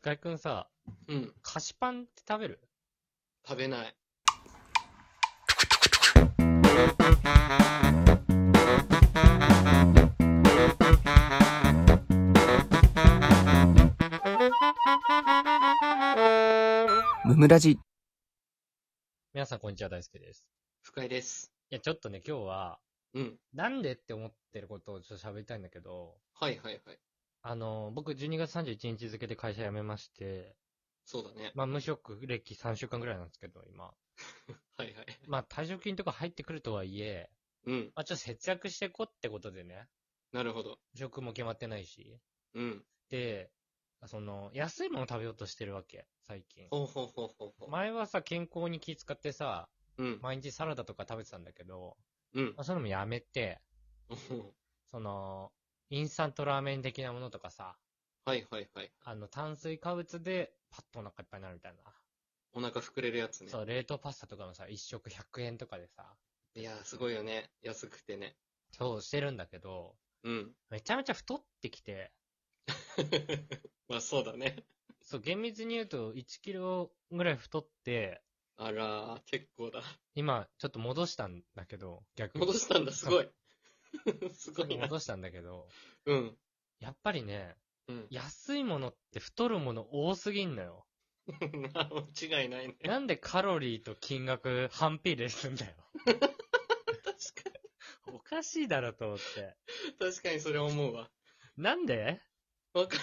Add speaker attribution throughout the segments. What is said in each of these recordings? Speaker 1: 深井くんさ、
Speaker 2: うん。
Speaker 1: 菓子パンって食べる
Speaker 2: 食べない。
Speaker 3: ムムラジ。
Speaker 1: 皆さんこんにちは、大輔です。
Speaker 2: 深いです。
Speaker 1: いや、ちょっとね、今日は、
Speaker 2: うん。
Speaker 1: なんでって思ってることをちょっと喋りたいんだけど、
Speaker 2: はいはいはい。
Speaker 1: あの、僕12月31日付で会社辞めまして、
Speaker 2: そうだね。
Speaker 1: まあ無職歴3週間ぐらいなんですけど、今。
Speaker 2: はいはい。
Speaker 1: まあ退職金とか入ってくるとはいえ、
Speaker 2: うん。
Speaker 1: まあちょっと節約していこうってことでね、
Speaker 2: なるほど。
Speaker 1: 職も決まってないし、
Speaker 2: うん。
Speaker 1: で、その、安いもの食べようとしてるわけ、最近。
Speaker 2: ほうほうほうほうほう。
Speaker 1: 前はさ、健康に気使ってさ、
Speaker 2: うん。
Speaker 1: 毎日サラダとか食べてたんだけど、
Speaker 2: うん
Speaker 1: ま。あ、そういうのもやめて、その、インスタントラーメン的なものとかさ、
Speaker 2: はいはいはい。
Speaker 1: あの、炭水化物でパッとお腹いっぱいになるみたいな。
Speaker 2: お腹膨れるやつね。
Speaker 1: そう、冷凍パスタとかもさ、一食100円とかでさ、
Speaker 2: いやー、すごいよね。安くてね。
Speaker 1: そうしてるんだけど、
Speaker 2: うん。
Speaker 1: めちゃめちゃ太ってきて、
Speaker 2: まあそうだね。
Speaker 1: そう、厳密に言うと1キロぐらい太って、
Speaker 2: あらー、結構だ。
Speaker 1: 今、ちょっと戻したんだけど、逆に。
Speaker 2: 戻したんだ、すごい。 すごいな。
Speaker 1: 戻したんだけど、
Speaker 2: うん。
Speaker 1: やっぱりね、
Speaker 2: うん。
Speaker 1: 安いものって太るもの多すぎんのよ。
Speaker 2: 間違いないね。
Speaker 1: なんでカロリーと金額反比例すんだよ。
Speaker 2: 確か
Speaker 1: おかしいだろと思って。
Speaker 2: に、確かにそれ思うわ。
Speaker 1: なんで
Speaker 2: わか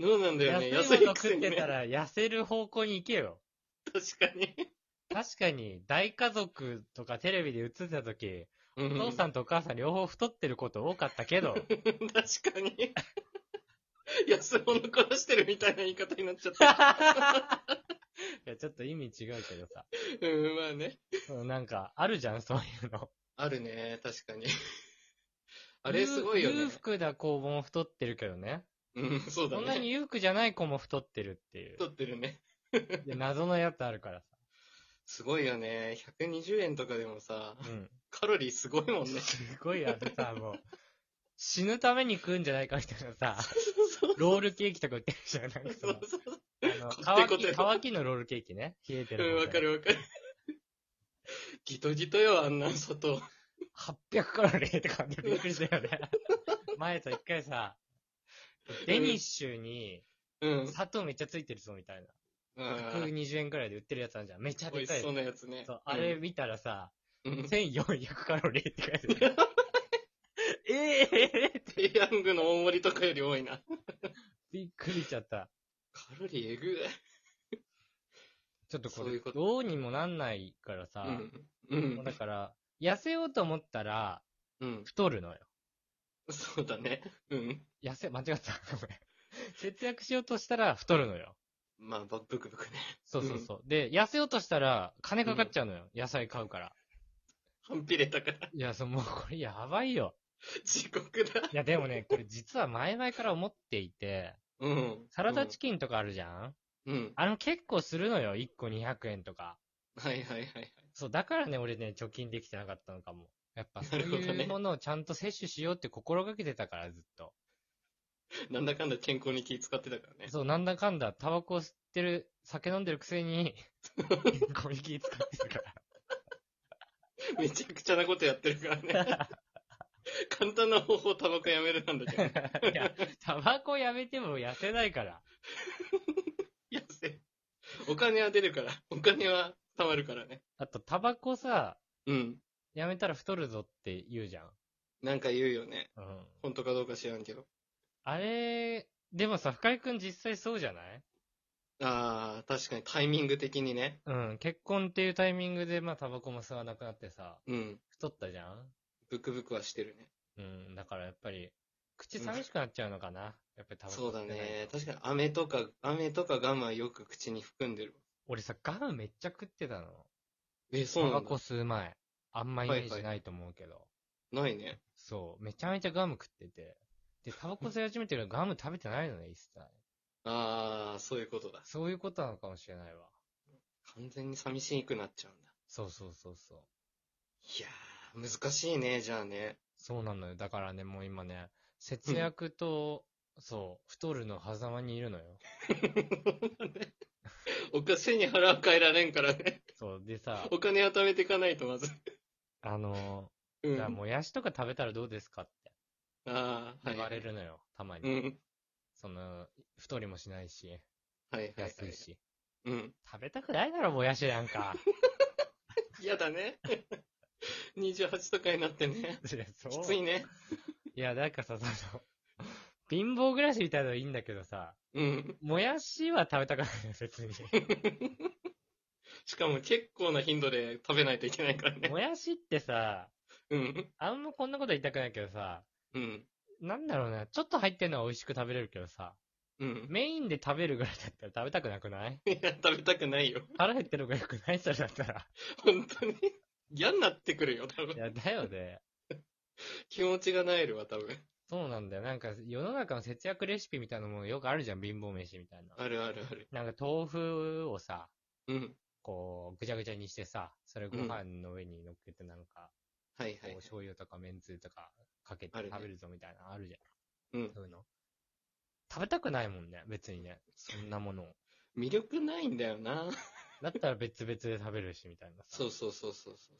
Speaker 2: どうなんだよね。
Speaker 1: 安いもの
Speaker 2: く
Speaker 1: 食
Speaker 2: せ
Speaker 1: っ
Speaker 2: に
Speaker 1: て
Speaker 2: ね
Speaker 1: たら痩せる方向に行けよ。
Speaker 2: 確かに。
Speaker 1: 確かに、大家族とかテレビで映ってた時、
Speaker 2: う
Speaker 1: お父さんとお母さん両方太ってること多かったけ ど、
Speaker 2: 確かに。安物殺してるみたいな言い方になっちゃった。
Speaker 1: いや、ちょっと意味違うけどさ。
Speaker 2: うん、まあね。
Speaker 1: うんなんか、あるじゃん、そういうの。
Speaker 2: あるね、確かに。あれすごいよ
Speaker 1: 裕
Speaker 2: ね
Speaker 1: 裕。福だ子も太ってるけどね。
Speaker 2: うん、そうだ
Speaker 1: そんなに
Speaker 2: ね。
Speaker 1: 裕福じゃない子も太ってるっていう。
Speaker 2: 太ってるね。
Speaker 1: で謎のやつあるから
Speaker 2: すごいよね。120円とかでもさ、
Speaker 1: さ。うん。
Speaker 2: カロリーすごいもんね。
Speaker 1: すごいあれさ、もう、死ぬために食うんじゃないかみたいなさ、
Speaker 2: そう
Speaker 1: ロールケーキとか売ってるじゃん。なんかそ
Speaker 2: そ
Speaker 1: の
Speaker 2: うそう。
Speaker 1: あの
Speaker 2: こ
Speaker 1: 乾
Speaker 2: ってこて
Speaker 1: き、乾きのロールケーキね。冷えて
Speaker 2: う
Speaker 1: る
Speaker 2: ん、
Speaker 1: ので。
Speaker 2: わかるわかる。ギトギトよ、あんな外。
Speaker 1: 800カロリーって感じびっくりしたよね。 前さ、一回さ、デニッシュに
Speaker 2: うん。
Speaker 1: 砂糖めっちゃついてるぞみたいな。
Speaker 2: あー
Speaker 1: 120円くらいで売ってるやつあるじゃん。めっちゃ
Speaker 2: 美
Speaker 1: で
Speaker 2: 味
Speaker 1: か
Speaker 2: し
Speaker 1: い
Speaker 2: そ
Speaker 1: や
Speaker 2: うなやつね
Speaker 1: つ。。そう、あれ見たらさ、
Speaker 2: うん、
Speaker 1: 1400カロリーって書いて ある。ええー、
Speaker 2: ペヤングの大盛りとかより多いな。
Speaker 1: びっくりしちゃった。
Speaker 2: カロリーえぐい。
Speaker 1: ちょっとこ
Speaker 2: そうい
Speaker 1: れ
Speaker 2: うこ、と
Speaker 1: どうにもなんないからさ、
Speaker 2: うん。うん
Speaker 1: もうだから、痩せようと思ったら、
Speaker 2: うん。
Speaker 1: 太るのよ。
Speaker 2: そうだね。うん。
Speaker 1: 痩せ、間違った。ごめん節約しようとしたら太るのよ。
Speaker 2: まあ、ばブクブクね。
Speaker 1: そうそうそう。で、痩せようとしたら、金かかっちゃうのよ。野菜買うから。
Speaker 2: 反比例だから。
Speaker 1: いや、そう、もうこれやばいよ。
Speaker 2: 地獄だ。
Speaker 1: いや、でもね、これ実は前々から思っていて、
Speaker 2: うん。
Speaker 1: サラダチキンとかあるじゃん、
Speaker 2: うん。
Speaker 1: あの結構するのよ。1個200円とか。
Speaker 2: はいはいはいはい。
Speaker 1: そう、だからね、俺ね、貯金できてなかったのかも。やっぱそう
Speaker 2: なるほど
Speaker 1: い
Speaker 2: ね
Speaker 1: うものをちゃんと摂取しようって心がけてたから、ずっと。
Speaker 2: なんだかんだ健康に気使ってたからね。
Speaker 1: そう、なんだかんだ、タバコ吸ってる、酒飲んでるくせ に、ゴミ気使ってるから。
Speaker 2: めちゃくちゃなことやってるから ね。簡単な方法、タバコやめるなんだけど。
Speaker 1: いや、タバコやめても痩せないから。
Speaker 2: 痩せ。お金は出るから。お金は貯まるからね。
Speaker 1: あと、タバコさ、
Speaker 2: うん。
Speaker 1: やめたら太るぞって言うじゃん。
Speaker 2: なんか言うよね。
Speaker 1: うん。
Speaker 2: 本当かどうか知らんけど。
Speaker 1: あれ、でもさ、深井くん実際そうじゃない
Speaker 2: ああ、確かにタイミング的にね。
Speaker 1: うん。結婚っていうタイミングで、まあ、タバコも吸わなくなってさ、
Speaker 2: うん。
Speaker 1: 太ったじゃん
Speaker 2: ブクブクはしてるね。
Speaker 1: うん。だからやっぱり、口寂しくなっちゃうのかな。やっぱりタバコ
Speaker 2: そうだ
Speaker 1: 吸ってないと
Speaker 2: ね。確かに飴とか、飴とかガムはよく口に含んでる。
Speaker 1: 俺さ、ガムめっちゃ食ってたの。
Speaker 2: え、そう
Speaker 1: タ
Speaker 2: な
Speaker 1: バ
Speaker 2: ん
Speaker 1: コ
Speaker 2: だ。
Speaker 1: 吸う前。あんまイメー
Speaker 2: はいは
Speaker 1: ジ
Speaker 2: い
Speaker 1: ないと思うけど。
Speaker 2: ないね。
Speaker 1: そう。めちゃめちゃガム食ってて。で、タバコ吸い始めてる からガム食べてないのね、一切。
Speaker 2: ああ、そういうことだ。
Speaker 1: そういうことなのかもしれないわ。
Speaker 2: 完全に寂しくなっちゃうんだ。
Speaker 1: そうそうそうそう。
Speaker 2: いや ー、難しいね、じゃあね。
Speaker 1: そうなのよ。だからね、もう今ね、節約とそう、太るの狭間にいるのよ。
Speaker 2: おか背に腹は変えられんからね。
Speaker 1: そう、で さ、
Speaker 2: お金は貯めていかないとまず。
Speaker 1: あの
Speaker 2: う
Speaker 1: ー、
Speaker 2: ん。
Speaker 1: じゃあ
Speaker 2: あ
Speaker 1: もやしとか食べたらどうですかって
Speaker 2: あー、はい。
Speaker 1: 言われるのよ、たま
Speaker 2: う
Speaker 1: に。
Speaker 2: ん。
Speaker 1: その、太りもしないし、
Speaker 2: はいはい、はい。
Speaker 1: 安いし。
Speaker 2: うん。
Speaker 1: 食べたくないだろ、もやしなん か。
Speaker 2: 嫌だね。28とかになってね。
Speaker 1: いやそう
Speaker 2: きついね。
Speaker 1: いや、なんかさ、その、貧乏暮らしみたいなのいいんだけどさ、
Speaker 2: うん。
Speaker 1: もやしは食べたくないよ、別に。
Speaker 2: しかも結構な頻度で食べないといけないからね。
Speaker 1: もやしってさ、
Speaker 2: うん。
Speaker 1: あんまこんなこと言いたくないけどさ、
Speaker 2: うん。
Speaker 1: なんだろうな、ちょっと入ってんのは美味しく食べれるけどさ、
Speaker 2: うん。
Speaker 1: メインで食べるぐらいだったら食べたくなくない
Speaker 2: いや、食べたくないよ。
Speaker 1: 腹減ってる方がよくないそれだったら。
Speaker 2: 本当に。嫌になってくるよ、多
Speaker 1: い
Speaker 2: 分。
Speaker 1: や、だよね。
Speaker 2: 気持ちがなえるわ、多分。
Speaker 1: そうなんだよ。なんか、世の中の節約レシピみたいなのもよくあるじゃん、貧乏飯みたいな。
Speaker 2: あるあるある。
Speaker 1: なんか、豆腐をさ、
Speaker 2: うん。
Speaker 1: こう、ぐちゃぐちゃにしてさ、それご飯の上に乗っけてなんか、
Speaker 2: はい
Speaker 1: こ
Speaker 2: は
Speaker 1: う
Speaker 2: い。
Speaker 1: 醤油とかめんつゆとかかけて
Speaker 2: あるね
Speaker 1: 食べるぞみたいなのあるじゃ。
Speaker 2: うんん
Speaker 1: そういうの。食べたくないもんね、別にね。そんなものを。
Speaker 2: 魅力ないんだよな。
Speaker 1: だったら別々で食べるし、みたいなさ。
Speaker 2: そうそうそうそうそう。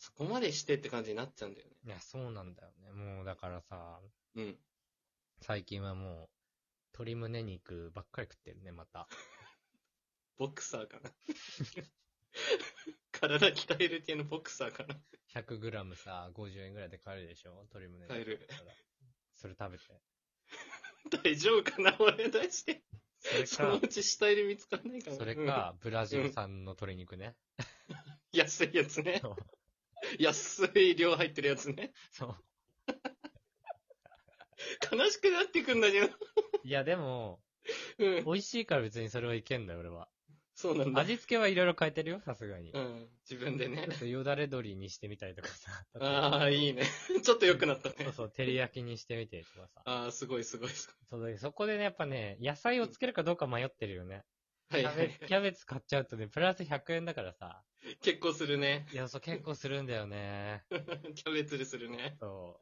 Speaker 2: そこまでしてって感じになっちゃうんだよね。
Speaker 1: いや、そうなんだよね。もう、だからさ、
Speaker 2: うん。
Speaker 1: 最近はもう、鶏胸肉ばっかり食ってるね、また。
Speaker 2: ボクサーかな。 体鍛える系のボクサーかな。
Speaker 1: 100g さ、50円ぐらいで買えるでしょ鶏胸肉。
Speaker 2: 買える。
Speaker 1: それ食べて。
Speaker 2: 大丈夫かな俺出して。
Speaker 1: それ
Speaker 2: その
Speaker 1: か
Speaker 2: う、ち死体で見つからないかも。
Speaker 1: それか、ブラジル産の鶏肉ね。
Speaker 2: うん。安いやつね
Speaker 1: そう。
Speaker 2: 安い量入ってるやつね。
Speaker 1: そう。
Speaker 2: 悲しくなってくんだけど。
Speaker 1: いや、でも、
Speaker 2: うん。
Speaker 1: 美味しいから別にそれはいけんだよ、俺は。
Speaker 2: そうなんだ。
Speaker 1: 味付けはいろいろ変えてるよ、さすがに。
Speaker 2: う
Speaker 1: ち
Speaker 2: ん。自分でね
Speaker 1: ょ。っとよだれ鶏にしてみたりとか さ。
Speaker 2: ああ、いいね。 ちょっと良くなったね。
Speaker 1: そうそう、照り焼きにしてみてとか さ。
Speaker 2: ああ、すごいすごいす
Speaker 1: そうだけどそこでね、やっぱね、野菜をつけるかどうか迷ってるよね。
Speaker 2: ご
Speaker 1: キ
Speaker 2: い。は
Speaker 1: ャ
Speaker 2: いは
Speaker 1: ベ
Speaker 2: い。
Speaker 1: ツキャベツ買っちゃうとね、プラス100円だからさ。
Speaker 2: 結構するね。
Speaker 1: いや、そう結構するんだよ ね。
Speaker 2: キャベツでするね。
Speaker 1: そ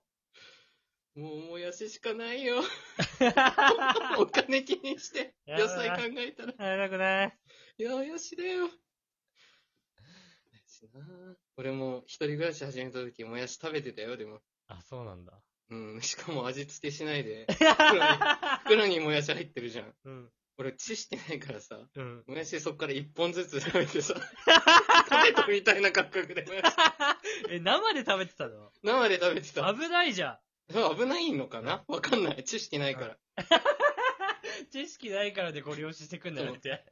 Speaker 2: もう、もやししかな いよ。
Speaker 1: う。
Speaker 2: お金気にして、
Speaker 1: やだ
Speaker 2: 野
Speaker 1: な
Speaker 2: 菜考えたら。
Speaker 1: 食べたくない。
Speaker 2: いや、もやしだよ。もやしなぁ俺も、一人暮らし始めた時、もやし食べてたよ、でも。
Speaker 1: あ、そうなん だ。
Speaker 2: うん、しかも味付けしないで。袋にもやし入ってるじゃん。
Speaker 1: うん、
Speaker 2: 俺、血してないからさ。
Speaker 1: うん。
Speaker 2: もやしそっから一本ずつ食べてさ。食べたみたいな感覚でもやし。
Speaker 1: え、生で食べてたの
Speaker 2: 生で食べてた。
Speaker 1: 危ないじゃ
Speaker 2: 危ないのかなわかんない。血してないから。
Speaker 1: ん。知識ないからでご了承してくんだよ って。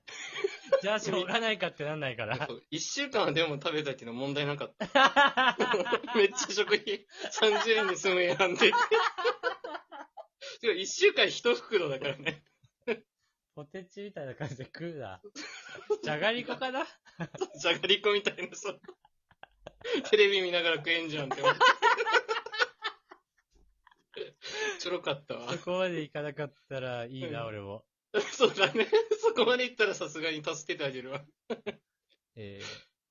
Speaker 1: じゃあ、しょうがないかってなんないから。
Speaker 2: そう一週間はでも食べたけど問題なかった。 めっちゃ食費30円で済むやん で。しかも一週間一袋だからね。
Speaker 1: ポテチみたいな感じで食うな。じゃがりこか な
Speaker 2: じゃがりこみたいな、そう。テレビ見ながら食えんじゃんって思って。 ちょろかったわ
Speaker 1: そ。こまでいかなかったらいいな、
Speaker 2: うん
Speaker 1: 俺も。
Speaker 2: そうだね。そこまでいったらさすがに助けてあげるわ。
Speaker 1: えー、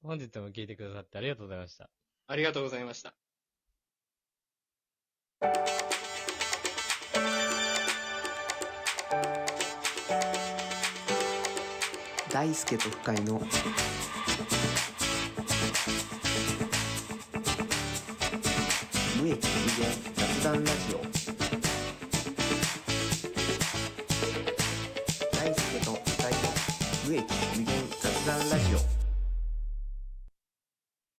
Speaker 1: 本日も聞いてくださってありがとうございました。
Speaker 2: ありがとうございました。
Speaker 3: 大輔と深井の無益無限雑談ラジオ大輔と深井の無益無限雑談ラジオ